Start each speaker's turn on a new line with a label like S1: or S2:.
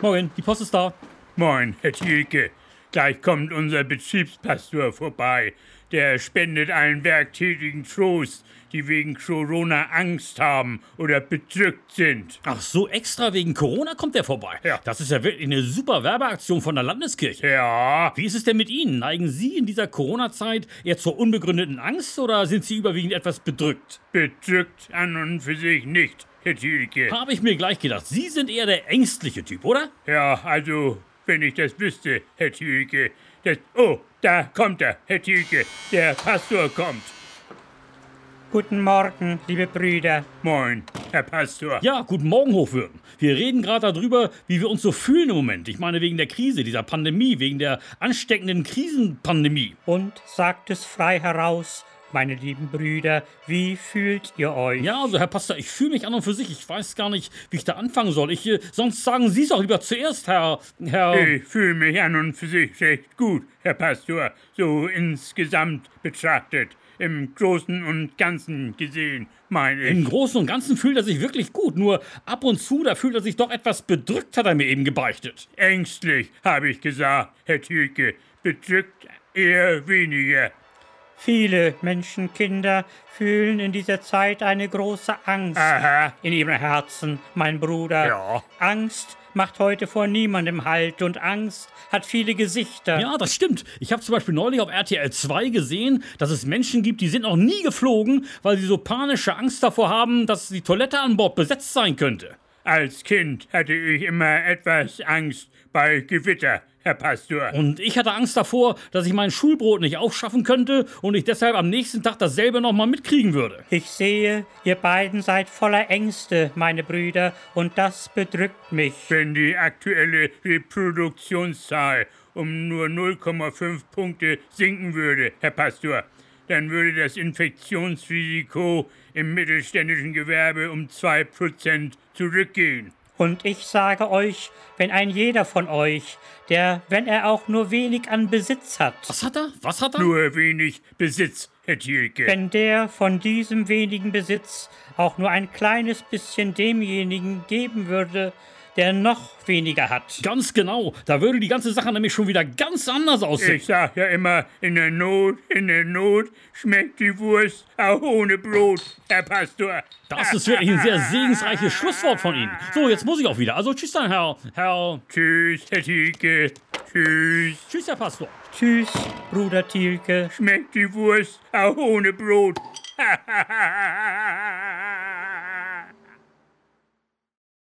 S1: Moin, die Post ist da.
S2: Moin, Herr Thielke. Gleich kommt unser Betriebspastor vorbei. Der spendet allen Werktätigen Trost, die wegen Corona Angst haben oder bedrückt sind.
S1: Ach so, extra wegen Corona kommt der vorbei.
S2: Ja.
S1: Das ist ja wirklich eine super Werbeaktion von der Landeskirche.
S2: Ja,
S1: Wie ist es denn mit Ihnen? Neigen Sie in dieser Corona-Zeit eher zur unbegründeten Angst oder sind Sie überwiegend etwas bedrückt?
S2: bedrückt an und für sich nicht, Herr Thielke.
S1: Habe ich mir gleich gedacht. Sie sind eher der ängstliche Typ, oder?
S2: Ja, also, wenn ich das wüsste, Herr Thielke. Das, oh, da kommt er, Herr Thielke. Der Pastor kommt.
S3: Guten Morgen, liebe Brüder.
S2: Moin, Herr Pastor.
S1: Ja, guten Morgen, Hochwürden. Wir reden gerade darüber, wie wir uns so fühlen im Moment. Ich meine, wegen der Krise, dieser Pandemie, wegen der ansteckenden Krisenpandemie.
S3: Und sagt es frei heraus, meine lieben Brüder, wie fühlt ihr euch?
S1: Ja, also Herr Pastor, ich fühle mich an und für sich. Ich weiß gar nicht, wie ich da anfangen soll. Ich, äh, sonst sagen Sie es doch lieber zuerst, Herr. Herr.
S2: Ich fühle mich an und für sich recht gut, Herr Pastor, so insgesamt betrachtet, im Großen und Ganzen gesehen, meine
S1: Im
S2: ich.
S1: Großen und Ganzen fühlt er sich wirklich gut. Nur ab und zu, da fühlt er sich doch etwas bedrückt, hat er mir eben gebeichtet.
S2: Ängstlich, habe ich gesagt, Herr Thielke, bedrückt eher weniger.
S3: Viele Menschenkinder fühlen in dieser Zeit eine große Angst
S2: Aha.
S3: in ihrem Herzen, mein Bruder.
S2: Ah. Ja.
S3: Angst macht heute vor niemandem Halt und Angst hat viele Gesichter.
S1: Ja, das stimmt. Ich habe zum Beispiel neulich auf RTL 2 gesehen, dass es Menschen gibt, die sind noch nie geflogen, weil sie so panische Angst davor haben, dass die Toilette an Bord besetzt sein könnte.
S2: Als Kind hatte ich immer etwas Angst bei Gewitter, Herr Pastor.
S1: Und ich hatte Angst davor, dass ich mein Schulbrot nicht aufschaffen könnte und ich deshalb am nächsten Tag dasselbe nochmal mitkriegen würde.
S3: Ich sehe, ihr beiden seid voller Ängste, meine Brüder, und das bedrückt mich.
S2: Wenn die aktuelle Reproduktionszahl um nur 0,5 Punkte sinken würde, Herr Pastor, dann würde das Infektionsrisiko im mittelständischen Gewerbe um 2% zurückgehen.
S3: Und ich sage euch, wenn ein jeder von euch, der, wenn er auch nur wenig an Besitz hat,
S1: Was hat er? Was hat er?
S2: Nur wenig Besitz, Herr Thielke.
S3: wenn der von diesem wenigen Besitz auch nur ein kleines bisschen demjenigen geben würde, der noch weniger hat.
S1: Ganz genau. Da würde die ganze Sache nämlich schon wieder ganz anders aussehen.
S2: Ich sag ja immer, in der Not, in der Not schmeckt die Wurst auch ohne Brot, Herr Pastor.
S1: Das ist wirklich ein sehr segensreiches Schlusswort von Ihnen. So, jetzt muss ich auch wieder. Also tschüss dann, Herr. Herr.
S2: Tschüss, Herr Thielke. Tschüss.
S1: Tschüss, Herr Pastor.
S3: Tschüss, Bruder Thielke.
S2: Schmeckt die Wurst auch ohne Brot.